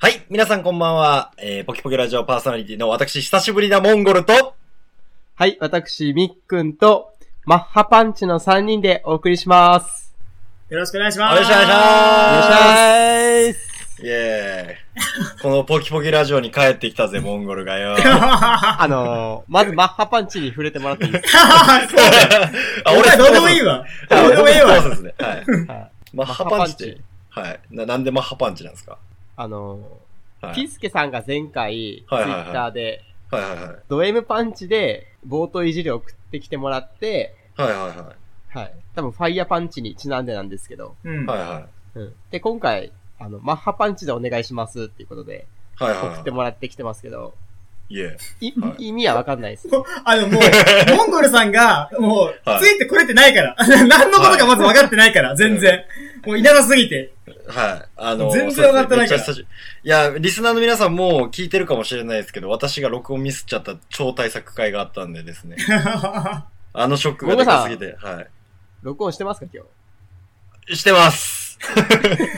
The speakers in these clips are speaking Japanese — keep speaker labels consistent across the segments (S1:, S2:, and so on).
S1: はい、皆さんこんばんは。えー、ポキポキラジオパーソナリティの私、久しぶりなモンゴルと、
S2: はい、私、みっくんと、マッハパンチの3人でお送りします。
S3: よろしくお願いし
S1: お
S3: ま
S1: 願
S3: す。
S1: いします。
S2: お願いします。
S1: イェーイ。このポキポキラジオに帰ってきた ぜ、モンゴルがよ。
S2: あのー、まずマッハパンチに触れてもらっていいです
S3: ます。
S1: あ
S3: 俺はどうでもいい
S1: わ。
S3: わ。
S1: あ
S3: どうでもいい
S1: 俺
S3: わ。
S1: そうですね。 はい。
S2: か、はい、
S1: マッハパンチって。はい。な、なんでマッハパンチなんですか
S2: あの
S1: は
S2: ー、
S1: い
S2: ピ。スケさんが前回、ツイ
S1: はいはいはい
S2: ッターで、
S1: はいはいはい。
S2: ド M パンチで、冒頭いじりを送ってきてもらって、
S1: はいはいは
S2: はい。多分、ファイヤーパンチにちなんでなんですけど、
S3: うん
S1: い。はいはい。
S2: うん。で、今回、あの、マッハパンチでお願いしますっていうことで、
S1: はいはい
S2: 送
S1: は
S2: ってもらってきてますけど、
S1: い。いえ。
S2: い
S1: は、い
S2: 意味はわかんないです。
S3: あの、も う、モンゴルさんが、もう
S1: はい、
S3: ついてこれてないから。 何のことかまず分かってないから、全然。もういなさすぎ て。
S1: はい。あの、
S3: 全然上がってないから
S1: そうですねめっちゃ久しぶりいや、リスナーの皆さんもう聞いてるかもしれないですけど、私が録音ミスっちゃった超対策会があったんで ですね。あのショックがでかすぎて、は
S2: 録音してますか今
S1: い。してます。
S2: 日。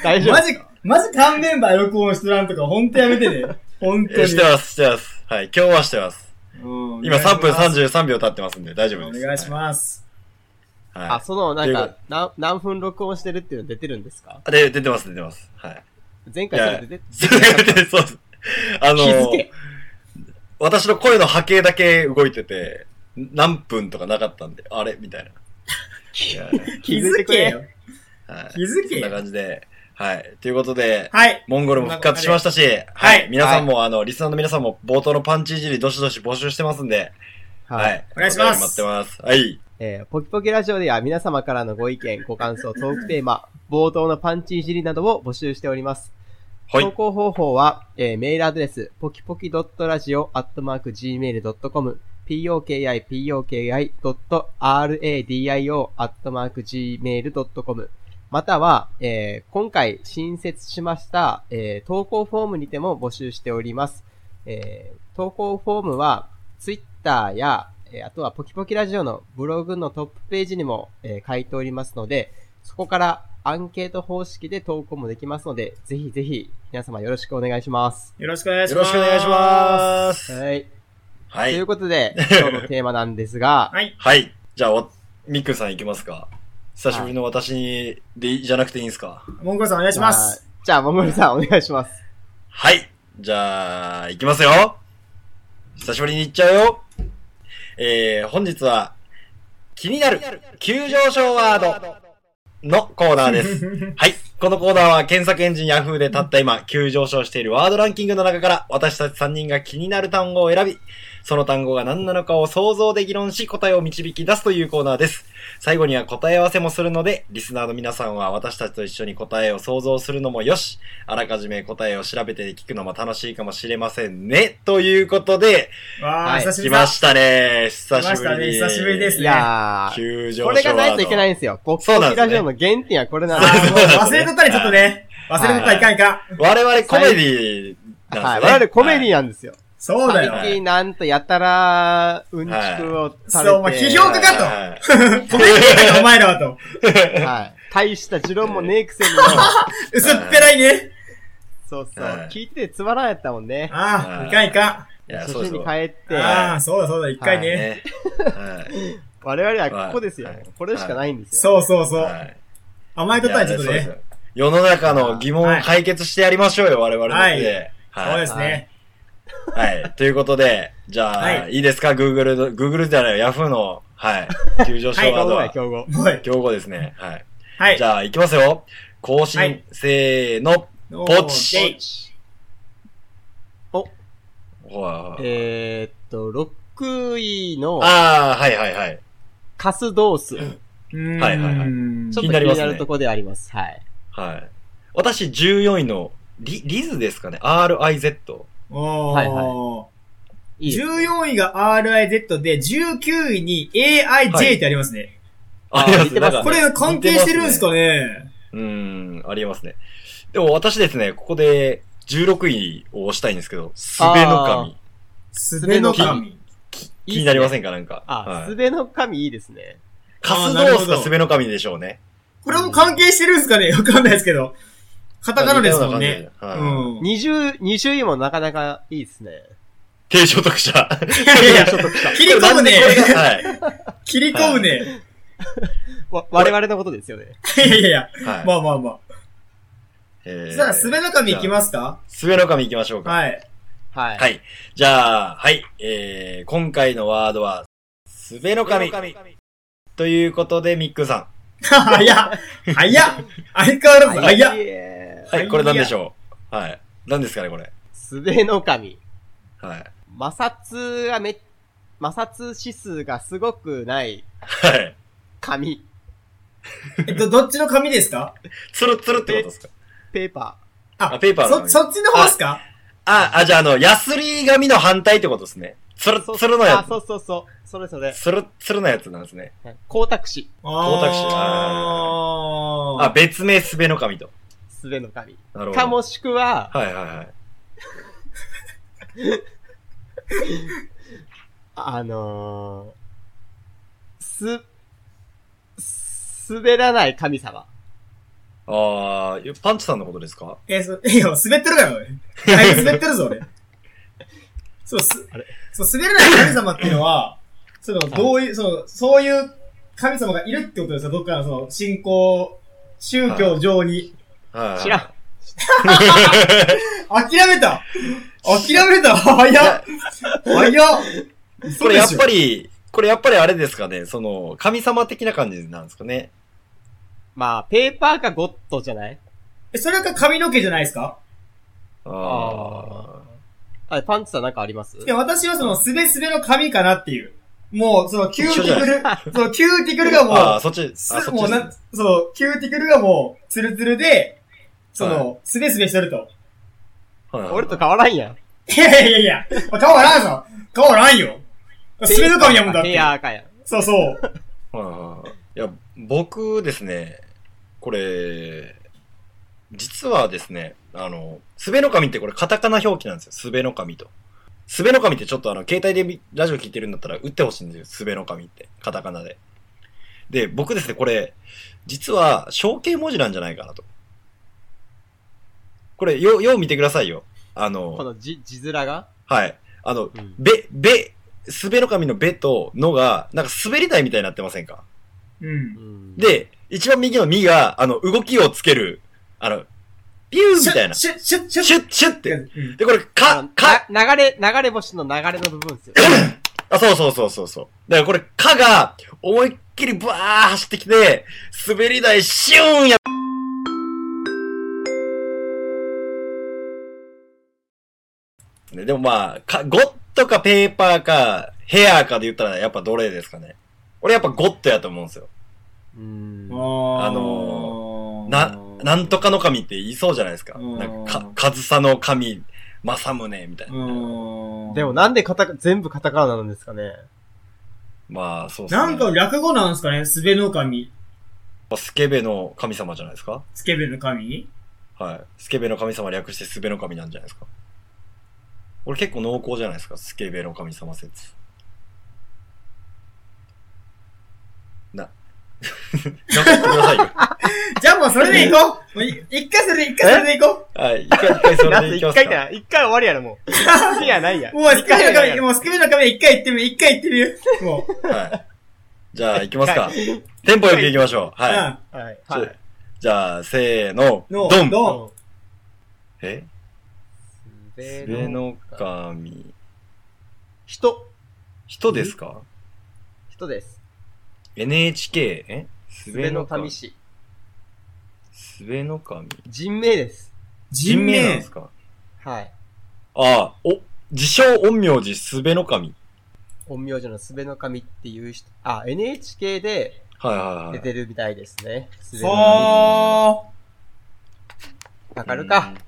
S2: 大丈夫
S3: マ
S2: です
S3: ジ、マジ単メンバー録音してらんとか、ほんとやめ てね。ほんと
S1: え
S3: に。
S1: してます、してます。はい。今日はしてます。
S3: うん
S1: 今3分。33秒経ってますんで大丈夫
S3: お
S1: です。
S3: 願いします。
S1: す。はい。
S2: あ、その、なん
S1: という
S2: か、な何分録音してるっていうの出てるんですか
S1: あで、出てます、出てます。はい。
S2: 前
S1: い
S2: 回そ
S1: や
S2: れ、出て、
S1: 出てますそうです。あの
S2: 気づけ。
S1: 私の声の波形だけ動いてて、何分とかなかったんで、あれみ たいな。いや
S2: 気
S3: 気
S2: づいて
S3: づ
S2: く
S3: け
S2: れ
S3: よ。
S1: はい
S3: 気づ
S1: そん
S3: け
S1: な
S3: よ。
S1: 感じで、はい。ということで、
S3: はい。
S1: モンゴルも復活しましたし、は
S3: はい
S1: い。皆さんも、あの、リスナーの皆さんも冒頭のパンチいじりどしどし募集してますんで、は。い。
S3: お願いし
S1: お便
S3: ます
S1: り待ってます。はい。
S2: えーポキポキラジオでは皆様からのご意見、ご感想、トークテーマ、冒頭のパンチいじりなどを募集しております。
S1: は
S2: 投
S1: い。
S2: 稿方法は、えーメールアドレス、ポキポキ .radio.gmail.com、pokipoki.radio.gmail.com、または、えー今回新設しました、えー投稿フォームにても募集しております。えー投稿フォームは、ツイッターや、えーあとはポキポキラジオのブログのトップページにも、えー書いておりますので、そこからアンケート方式で投稿もできますので、ぜひぜひ皆様よろしくお願いします。
S3: よろしくお願いし
S1: よ
S3: ま
S1: ろ
S3: す。
S1: しくお願いします。
S2: はい。
S1: は
S2: とい
S1: い。
S2: うことで、今日のテーマなんですが、
S3: はい。
S1: はい。じゃあ、おみっくんさんいきますか。久しぶりの私に、で、じゃなくていいんですか
S3: モンゴルさんお願いします。
S2: あー。じゃあ、ももりさんお願いします。
S1: はい。じゃあ、いきますよ。久しぶりに行っちゃうよ。えー、本日は、気になる急上昇ワードのコーナーです。はい。このコーナーは検索エンジン Yahoo でたった今、急上昇しているワードランキングの中から、私たち3人が気になる単語を選び、その単語が何なのかを想像で議論し、答えを導き出すというコーナーです。最後には答え合わせもするので、リスナーの皆さんは私たちと一緒に答えを想像するのもよし、あらかじめ答えを調べて聞くのも楽しいかもしれませんね。ということで、
S3: わ
S2: は
S3: あ、
S2: い
S3: 久しぶ
S1: 来
S3: りだ
S1: ま。したね。久しぶりに。
S3: 来ましたね久しぶりです
S2: いやー、
S1: 急上昇。
S2: これがないといけないいんですよ。ポキ
S1: そう
S2: ポ
S1: なん
S2: キ
S1: ですね
S2: ラジオの原点はこれな
S3: あ
S2: んです。
S3: ーもう忘れとったりちょっとね。忘れとったらいかんいかん。
S1: 我々コメディな
S2: は
S1: んですよね。
S2: い。我々コメ
S1: は
S2: ディ
S1: い
S2: なんですよ。
S3: そうだよ。
S2: 最近なんとやたら、うんちくをされて、
S3: そうお前批評家かと
S1: はい
S3: コメディアンかお前らはと。
S2: はい。大した持論もねえくせに、
S3: 薄っぺらいね。
S2: そうそう
S1: はい。
S2: 聞いててつまらんやったもんね。
S3: ああ、いかんいか
S1: い や、
S2: 初
S1: そう
S2: 心
S1: そ
S2: に
S1: う。
S2: 帰っ
S3: ん。
S2: て、
S3: ああ、そうだそうだ、一回ね。
S1: ね。はい。
S2: 我々はここですよ
S1: はい。
S2: これしかないんですよ。
S3: そうそうそ
S1: は
S3: う。
S1: い
S3: 甘えとったらちょっと
S1: いやそうで。
S3: ね
S1: すよ世の中の疑問を解決してやりましょうよ、我々だって。
S3: そう
S1: は
S3: で
S1: い。
S3: すね。
S1: はい。ということで、じゃあ、
S3: はい
S1: いいですか ?Google の、Google じゃないよ、Yahoo の、はい。急上昇ワー
S2: 競
S1: ド
S2: 合や、
S1: は。
S2: 競合。
S3: もう
S1: 競合ですね。はい。
S3: はい
S1: じ。ゃあ、いきますよ。更新、
S3: はい
S1: せーの。
S3: お
S1: ポ
S3: ー
S1: チ
S3: で
S1: ほらほら
S2: えーっと、6位の
S1: ああ、はいはいはい。
S2: カスドース。ちょっ
S3: うーん
S1: はいはいはい
S2: と
S1: 気に
S2: 気に
S1: な
S2: な
S1: りますね
S2: るとこであります。はい。
S1: はい。私、14位の、リ、リズですかね ?RIZ。
S3: お
S2: はいは
S3: ー。
S2: いいです
S3: 14位が RIZ で、19位に AIJ ってありますね。
S2: あー
S1: りがとう
S2: 似てます
S1: なん
S3: こ
S1: か
S3: れ関係してるんですかね
S1: うーん、ありえますね。でも私ですね、ここで16位を押したいんですけど、すべの神。
S3: すべの神。
S1: 気になりませ
S2: ん。
S1: んかなんか。
S2: あ、
S1: は
S2: す
S1: い、
S2: べの神いいですね。
S1: カスド
S3: あーなる
S1: ー
S3: ほ
S1: スか
S3: ど
S1: すべの神でしょうね。
S3: これも関係してるんですかねわかんないですけど。カタカナですもんね。
S1: まあ似たような感
S3: うん。
S2: 二重、二種類もなかなかいいですね。
S1: 低所得者。
S3: いやいやいや、
S2: 所得者
S3: 切り込むね。
S1: なんでこれがはい。
S3: 切り込むね。
S2: わ我々のことですよね。
S3: いやいやいや、
S1: はい。
S3: まあまあま
S1: え
S3: あ。
S1: ー
S3: さあ、すべの神いきますか
S1: すべの神行きましょうか。
S3: はい。
S2: はい。
S1: はい。じゃあ、はい。えー、今回のワードは、すべの神。ということで、ミックさ
S3: 早っ早っ相変わらず早
S1: ん。
S2: や
S3: っ
S1: は
S3: はい
S1: い。これ何でしょうはい。何ですかね、これ。
S2: すべの神。
S1: はい。
S2: 摩擦がめ、摩擦指数がすごくない
S1: はい。
S2: 紙、
S3: えっと、どっちの紙ですか
S1: つるつるってことですか
S2: ペーパ
S3: あ
S1: あペーパーの紙
S3: そ、そっちの方ですか
S1: あ、あ、じゃあ、あの、ヤスリ紙の反対ってことですね。つる
S2: ー。そう
S1: つるのや
S2: あ、そうそうそう。それそれ
S1: つ。。つるつるのやつなんですね。
S2: はい光沢紙。
S1: 光沢紙
S3: あー
S1: あ、別名すべの神と。
S2: すべの神。
S1: なるほど。
S2: かもしくは、
S1: はいはいはい。
S2: あのー、す、滑らない神様。
S1: あー、パンチさんのことですか
S3: え、そ、いや、滑ってるから、俺。だいぶ滑ってるぞ、俺。そう、す
S2: あれ、
S3: そう、滑らない神様っていう のは、その、どういう、その、そういう神様がいるってことですよ、どっかのその、信仰、宗教上に。
S1: はい。
S2: 知らん。
S3: 諦めた諦めた早っ早っ
S1: これやっぱ
S3: り、
S1: り、これやっぱりあれですかね、その、神様的な感じなんですかね。
S2: まあ、ペーパーかゴッドじゃない
S3: えそれか髪の毛じゃないですか
S1: あ
S2: あ、パンツさんなんかあります
S3: いや、私はその、すべすべの髪かなっていう。もう、その、キューティクル、その、キューティクルが
S1: ー
S3: もう、
S1: あー、そっち、あ、そっ
S3: す、
S1: ち
S3: も
S1: で
S3: う
S1: すね
S3: な、そう、キューティクルがもう、ツルツルで、その、すべすべしてると。
S1: はいはい
S2: 俺と変わらんやん。
S3: いやいやいや、まあ変わらんぞ変わらんよすべの神やもんだっ
S2: ペー
S3: て
S2: パ。ーかやん。
S3: そうそう。
S1: はいはいはいいや、僕ですね、これ、実はですね、あの、すべの神ってこれカタカナ表記なんですよ。すべの神と。すべの神ってちょっとあの、携帯でみラジオ聞いてるんだったら打ってほしいんですよ。すべの神って。カタカナで。で、僕ですね、これ、実は象形文字なんじゃないかなと。これ、よ、よう見てくださいよ。あ
S2: こ
S1: の、
S2: の字、字面が
S1: はい。あの、
S2: うん。
S1: べ、べ、すべの神のべとのが、なんか滑り台みたいになってませんか
S3: うん。
S2: で、
S1: で、一番右のミが、あの、動きをつける、あの、ピューみたいな。シ
S3: シュッ、シュッ、シュッ、
S1: ュッ、シュッっ
S3: う
S1: て。
S3: ん
S1: で、これ、
S2: あ
S1: か、か、
S2: のな流れ、流れ星の流れの部分ですよ。
S1: あ、そうそうそうそうそう。だからこれ、かが、思いっきりバー走ってきて、滑り台、シューンや。ね、でもまあ、か、ゴッドかペーパーか、ヘアーかで言ったら、やっぱどれですかね。俺やっぱゴッドやと思うんですよ。
S2: うん
S3: あ。ー
S1: あのな、なんとかの神って言いそうじゃないですか。
S3: うん
S1: なんか、か、かずさの神、正宗みたいな。
S3: うん。
S2: でも、なんでカタカ、全部カタカナなんですかね
S1: まあ、そうですね。
S3: なんか、略語なんすかねすべの神、
S1: スケベの神様じゃないですか。
S3: スケベの神
S1: はい。スケベの神様略してスベの神なんじゃないですか。俺結構濃厚じゃないですか。スケベの神様説。な、 なんか言ってくださいよ。
S3: じゃあもうそれでいこうもうい一回それで、一回それでいこ
S1: はい。一回一回それ
S2: なん
S1: で
S2: で
S1: いき
S2: 一
S1: ます
S2: 回
S1: か。
S2: だ一回終わりやろ、も う。次やないや。
S3: うもうス
S2: 一
S3: ケ
S2: 回
S3: ベ
S2: や
S3: の
S2: ない
S3: 神、
S2: や
S3: もうスケベの神一回行ってみよう、一回行ってみよう。もう。
S1: はい。じゃあ、行きますか。テンポよく行きましょう。はい。
S2: はい。
S1: は。
S2: はい
S1: じゃあ、せーの、
S3: の、
S1: ドン
S3: ドン。
S1: え
S2: い。
S1: すべの神。
S2: 人。
S1: 人ですか
S2: 人です。
S1: ?NHK? えす
S2: すべの神。市。
S1: すべの神。
S2: 人名です。
S1: 人名なんですか
S2: はい。
S1: ああ、お、自称陰陽師すべの神。
S2: 陰陽師のすべの神っていう人、あ、NHK で
S1: はいはいは
S2: 出
S1: い。
S2: てるみたいですね。すべの
S3: は
S2: 神。わかるか。
S3: ー。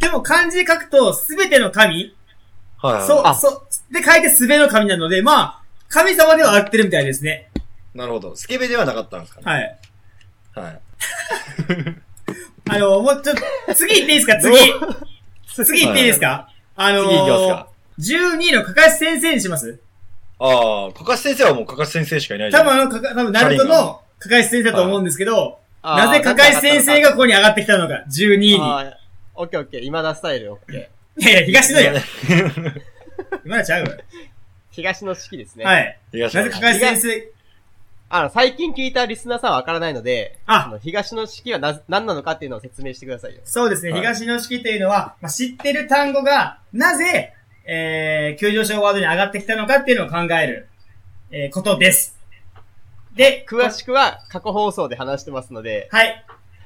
S3: でも漢字書くと、すべての神
S1: うん。はいはい。
S3: そう、
S2: あ
S3: そう。で、書いてすべの神なので、まあ、神様では合ってるみたいですね。
S1: なるほど。スケベではなかったんですかね。
S3: はい。
S1: はい。
S3: あの、もうちょっと、次行っていいですか次。次行っていいですかあのー、
S1: 次行きますか。
S3: 12のかかし先生にします
S1: ああ、かかし先生はもうかかし先生しかいないじゃ
S3: 多
S1: ん。
S3: 分あの、かか、多分ナルトのかかし先生だと思うんですけど、
S2: あー
S3: なぜ、かかい先生がここに上がってきたのか、12位に。い
S2: あーオッケーオッケー、今田スタイル、オッケー。
S3: やいや、東 野や。今のちゃうわ
S2: 東の式ですね。。
S3: はいい。
S1: 東
S3: な
S1: 野
S3: ぜかかい先生、
S2: あの、最近聞いたリスナーさんはわからないので、
S3: あ
S2: の東の式はな、何なのかっていうのを説明してくださいよ。
S3: そうですね、
S1: はい
S3: 東の式というのは、まあ、知ってる単語が、なぜ、えー、急上昇ワードに上がってきたのかっていうのを考える、えー、ことです。で、
S2: 詳しくは過去放送で話してますので、
S3: はい。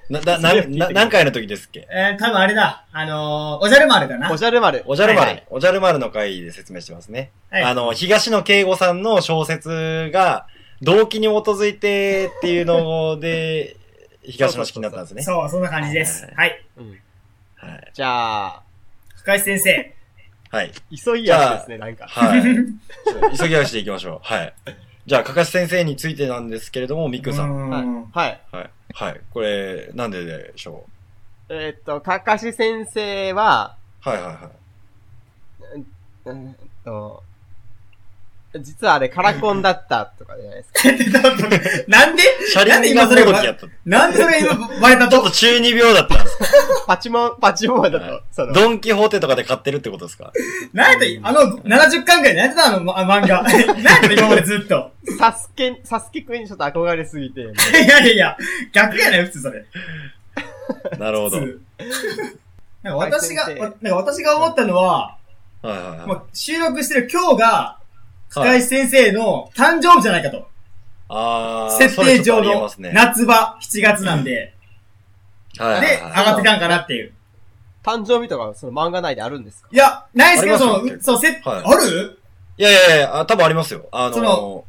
S1: な、な、な、な何回の時ですっけ
S3: えー、多分あれだ。あのー、おじゃる丸かな。
S2: おじゃる丸。
S1: おじゃる
S2: はいは
S1: 丸
S2: い。、
S1: おじゃる丸の回で説明してますね。
S3: はい
S1: あの、東野圭吾さんの小説が、動機に基づいてっていうので、東野式になったんですね。
S3: そう、そんな感じです。はい。
S2: うん
S1: はい。
S2: じゃあ、
S3: 深井先生。
S1: はい。
S2: 急いやつですね、なんか。
S1: はい。そう急ぎ足でいきましょう。はい。じゃあ、かかし先生についてなんですけれども、みっくんさん。
S3: うー
S2: はい
S3: ん。
S2: はい。
S1: はい。はい。これ、なんででしょ
S2: えーっと、かかし先生は、
S1: うはいはいはい。
S2: うーんと、実はあれ、カラコンだったとかじゃないです か。
S3: なんで
S1: シャリ
S3: なんで
S1: ン
S3: 今
S1: が
S3: それ
S1: 動
S3: ば
S1: きやった。ち
S3: なんでそれ今バレた
S1: ょっ
S3: と
S1: と中二病だったんですか
S2: パチモン、パチモンだ
S1: はい
S2: と、その、
S1: ドンキホーテとかで買ってるってことですか
S3: なんやったあの、70巻ぐらいなんやってたあの、ま、漫画。 なんやった今までずっと。
S2: サスケ、サスケくんにちょっと憧れすぎて、
S3: いやいやいや、逆やない普通それ。
S1: なるほ
S3: 普
S1: ど。はい
S3: 通。なんか私が、
S2: はい先生
S3: なんか私が思ったのは、
S1: はい
S3: も
S1: は
S3: う収録してる今日が、
S1: い。
S3: 深
S1: はい
S3: 井先生の誕生日じゃないかと。
S1: あー
S3: 設定上
S1: それちょっとありえ
S3: の
S1: ますねはい
S3: 夏場、7月なんで。
S1: は
S3: で、
S1: い
S3: 上
S1: はい
S3: がってきたんかなっていう。
S2: 誕生日とか、その漫画内であるんですか
S3: いや、ないですけど、そ
S1: ありますよ
S3: の、そう、せ、
S1: はい
S3: ある
S1: いやいやいや、あ多分ありますよ。あのー
S3: その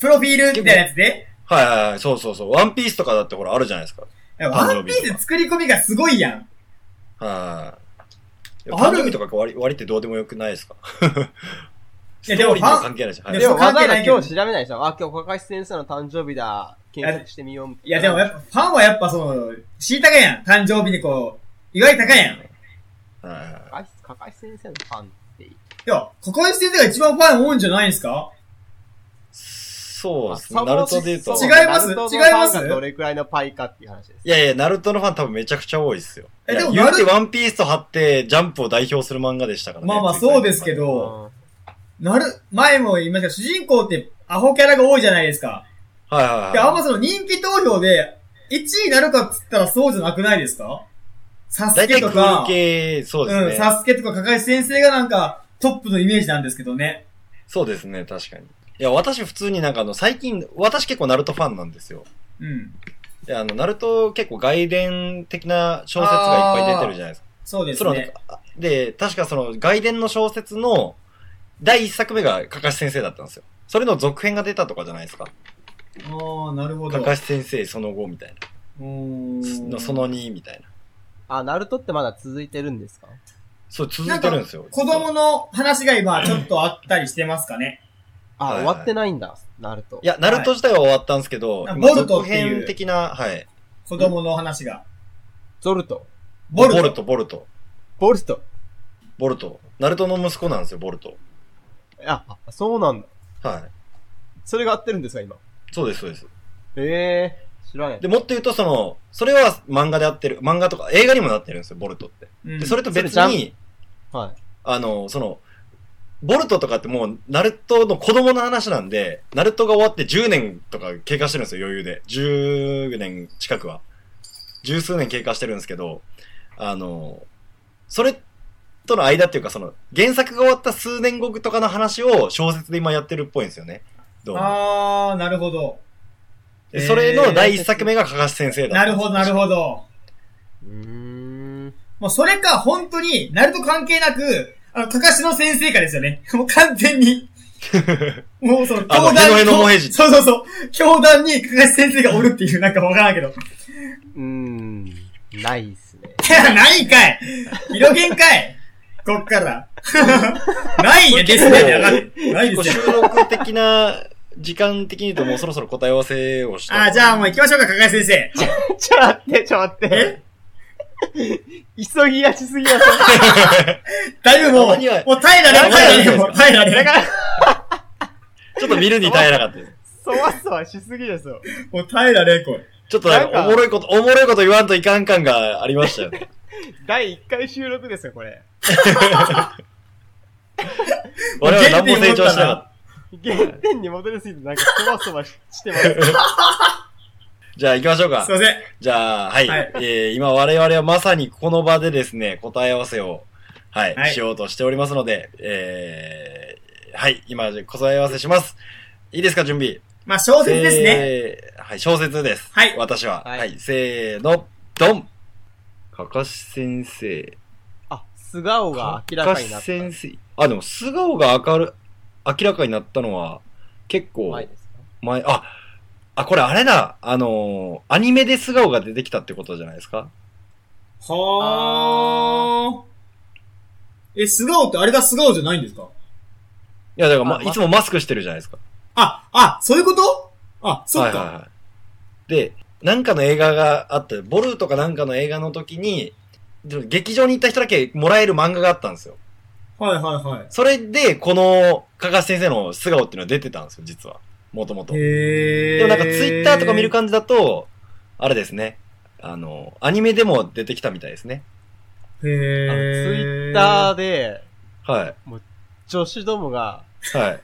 S3: プロフィールみたいなやつで。
S1: はいはいはい、そうそうそう。ワンピースとかだってほら、あるじゃないですか。
S3: ワンピース作り込みがすごいやん。
S1: はい。いや
S3: あ
S1: 誕
S3: る
S1: 生日とか割り割りってどうでもよくないですか
S3: い
S1: ス
S3: やで
S1: トー
S3: も
S1: リーには関係ないじゃん。はい
S3: や
S2: でも
S3: そう
S2: わざ
S3: 関
S2: わ
S3: 係な
S2: ざ
S3: いけど
S2: 今日調べないでしょあ、今日かかし先生の誕生日だ。検索してみよう。
S3: いや、でもやっぱ、ファンはやっぱその、知りたがやん。誕生日にこう、祝いたがやん。
S1: はいはいはい
S2: かかし、かかし先生のファンっていい。
S3: いや、ここに先生が一番ファン多いんじゃないんですか
S1: そうです
S2: あ
S1: ね。ナルトで言う
S2: そ
S1: と
S2: う。
S3: 違います
S2: ナルトの
S3: 違いま
S2: フ
S3: す
S2: ァンがどれくらいのパイかっていう話です。
S1: いやいや、ナルトのファン多分めちゃくちゃ多いですよ。
S3: え
S1: いや
S3: でも
S1: 言うて
S3: ナル
S1: ワンピースと貼って、ジャンプを代表する漫画でしたからね。
S3: まあまあ
S1: つい最近
S3: そうですけ
S2: う
S3: ど、
S2: ん
S3: なる、前も言いましたけど、主人公ってアホキャラが多いじゃないですか。
S1: はいはい
S3: で、あん
S1: は
S3: まその人気投票で、1位になるかっつったらそうじゃなくないですかサ
S1: い。
S3: ス
S1: 大
S3: ケ
S1: 体
S3: と
S1: 空
S3: か、
S1: 系、そうですね。
S3: うん、サスケとか、かかし先生がなんか、トップのイメージなんですけどね。
S1: そうですね、確かに。いや、私普通になんかあの、最近、私結構ナルトファンなんですよ。
S3: うん。
S1: で、あの、ナルト結構外伝的な小説がいっぱい出てるじゃないですか。
S3: そうです
S1: その
S3: ね。
S1: で、確かその外伝の小説の第一作目がかかし先生だったんですよ。それの続編が出たとかじゃないですか。
S3: ああ、なるほど。
S1: かかし先生その後みたいう
S3: ー
S1: な。
S3: ん
S1: その2みたいな。
S2: あ、ナルトってまだ続いてるんですか
S1: そう、続いてるんですよ。
S3: 子供の話が今、ちょっとあったりしてますかね。
S2: あ、
S1: はいはい
S2: 終わってないんだ、ナルト。
S1: いや、ナルト自体は終わったんですけど、
S3: はい
S1: 今
S3: ボルト
S1: 続
S3: っていう
S1: 編的な、はい。
S3: 子供の話が。
S2: ゾルト。
S3: ボルト。
S1: ボルト、ボルト。
S2: ボルト。
S1: ボルト。ナルトの息子なんですよ、ボルト。
S2: あ、あそうなんだ。
S1: はい。
S2: それが合ってるんですか、今。
S1: そうです、そうです。
S2: ええー、知らない。
S1: で、もっと言うと、その、それは漫画であってる、漫画とか映画にもなってるんですよ、ボルトって。
S3: うん
S1: で、それと別
S2: それジ
S1: に、
S2: はい。
S1: あの、その、ボルトとかってもう、ナルトの子供の話なんで、ナルトが終わって10年とか経過してるんですよ、余裕で。10年近くは。十数年経過してるんですけど、あの、それとの間っていうか、その、原作が終わった数年後とかの話を小説で今やってるっぽいんですよね。どうも
S3: あー、なるほど。
S1: でそれの第一作目がかかし先生だ
S3: なるほど、なる
S1: ど。
S3: ほど。
S2: うーん。
S3: もうそれか、本当に、ナルト関係なく、あの、かかしの先生かですよね。 もう完 全に。もうその、
S1: あのヘノヘノモヘジ
S3: そうそうそう。教団にかかし先生がおるっていう、なんかわからんけど。 いう
S2: ーん。ないっすね。
S3: や、ないんかい広げんかいこっから。 ないんや、ですね。ない
S1: 結
S3: で
S1: 構
S3: すよ。
S1: 収録的な時間的に言うともうそろそろ答え合わせをした。
S3: あ、じゃあもう行きましょうか、かかし先生。
S2: ちょっと待って、ちょっと待って。急ぎ足すぎません。
S3: だいぶもう、も
S1: たまには
S3: う耐えられん、耐えられん、もう耐えられ
S2: だ
S3: ん
S2: か。ら、
S1: ちょっと見るに耐えなかったです。
S2: そわそわしすぎですよ。
S3: もう耐えられん、これ。
S1: ちょっとなん
S2: な
S1: か
S2: んか
S1: おもろいこと、おもろいこと言わんといかん感 がありましたよね。
S2: 第1回収録ですよ、これ。
S1: 我々何も成長してなかった。
S2: 原点に戻りすぎて、なんか、そわそわしして ます。
S1: じゃあ行きましょうか
S3: すい。ません。
S1: じゃあ、はい。
S3: はい
S1: えー今我々はまさにこの場でですね、答え合わせを、はい、
S3: はい
S1: しようとしておりますので、えー、はい、今、答え合わせします。いいですか、準備。
S3: まあ、小説ですね。
S1: せーはい、小説です。
S3: はい
S1: 私は。は、
S2: はいい
S1: せーの、ドンかかし先生。
S2: あ、素顔が明ら
S1: か
S2: かになっ。
S1: かした先生。あ、でも素顔が明る、明らかになったのは、結構
S2: 前
S1: 前、
S2: ですか
S1: あ、あ、これあれだ。あのーアニメで素顔が出てきたってことじゃないですか
S3: はー。え、素顔ってあれが素顔じゃないんですか
S1: いや、だから、ま、
S2: あ
S1: いつもマスクしてるじゃないですか。
S3: あ、あ、そういうことあ、そっか。
S1: はいはいはい。で、なんかの映画があって、ボルとかなんかの映画の時に、でも劇場に行った人だけもらえる漫画があったんですよ。
S3: はいはいはい。
S1: それで、この、かかし先生の素顔っていうのは出てたんですよ、実は。もともと。で
S3: へー。
S1: もなんかツイッターとか見る感じだと、あれですね。あの、アニメでも出てきたみたいですね。
S2: あ
S3: へー。
S2: のツイッターで、
S1: は
S2: 女子どもが、
S1: い。はい。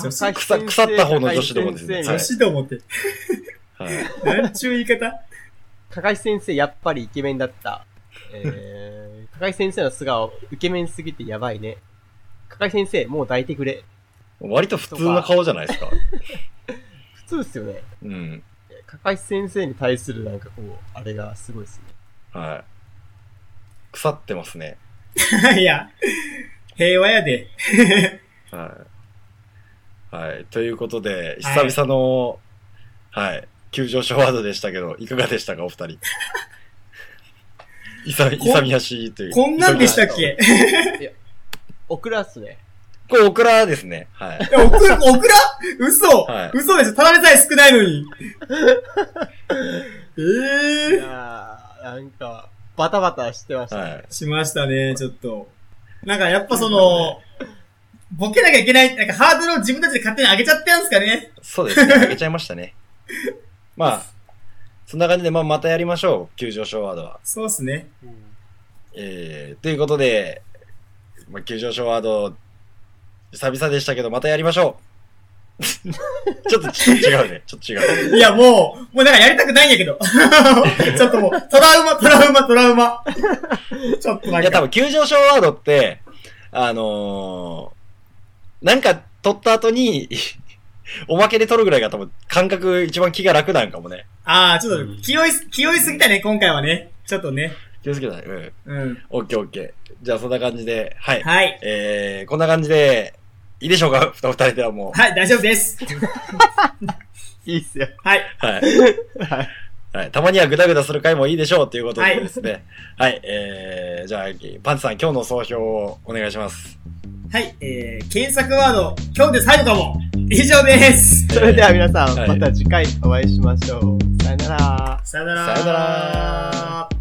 S3: 女子
S2: 高橋先生
S1: 腐った方の女子どもですね
S2: 高橋先生
S1: は
S3: 女
S1: い
S3: 子と思って。
S1: はい。
S3: なんちゅう言い方
S2: 高橋先生、やっぱりイケメンだった。えー、 高橋先生の素顔、イケメンすぎてやばいね。高橋先生、もう抱いてくれ。
S1: 割と普通の顔じゃないですか。
S2: 普通ですよね。
S1: うん。
S2: 高橋先生に対するなんかこう、あれがすごいですね。
S1: はい。腐ってますね。
S3: いや、平和やで。
S1: はい。はい。ということで、久々の、はい、急上昇ワードでしたけど、いかがでしたか、お二人。いさ、いさみやしという。
S3: こんなんでしたっけ
S2: オクラっすね。
S1: これ、オクラですね。はい。
S3: えオクラ、オクラ嘘、
S1: はい
S3: 嘘でしょただでさえ少ない のに。え
S2: い
S3: えー。
S2: やー、なんか、バタバタしてましたね。
S1: はい。
S3: しましたね、ちょっと。なんかやっぱその、ボケなきゃいけない、なんかハードルを自分たちで勝手に上げちゃってんすかね。
S1: そうですね。あげちゃいました ね。まあ、そんな感じで、まあ、またやりましょう。急上昇ワードは。
S3: そうっすね。
S2: うん
S1: えー、ということで、まあ、急上昇ワード、久々でしたけど、またやりましょう。ち ょっと、ちょっと違うね。ちょっと違う。
S3: いや、もう、もうなんかやりたくないんやけど。 ちょっともう、トラウマ、トラウマ、トラウマ。ちょっとないん
S1: や、多
S3: か。
S1: 分、急上昇ワードって、あのーなんか取った後に、 おまけで取るぐらいが多分、感覚一番気が楽なんかもね。
S3: ああ、ちょっと、気負いす、気負いすぎたね、今回はね。ちょっとね。
S1: 気をつけてね。うん。
S3: うん。
S1: オッケーオッケー。じゃあ、そんな感じで、はい。
S3: はい。
S1: えー、こんな感じで、いいでしょうか二人ではも
S3: はい、大丈夫です。
S2: いいっすよ。
S3: はい。
S1: う。はい。はい。たまにはグダグダする回もいいでしょうということでですね。はい、えー、じゃあ、パンツさん、今日の総評をお願いします。
S3: はい、えー、検索ワード、今日で最後かも。以上です。
S2: それでは皆さん、
S1: はい
S2: また次回お会いしましょう。さよなら。
S3: さよなら。
S1: さよなら。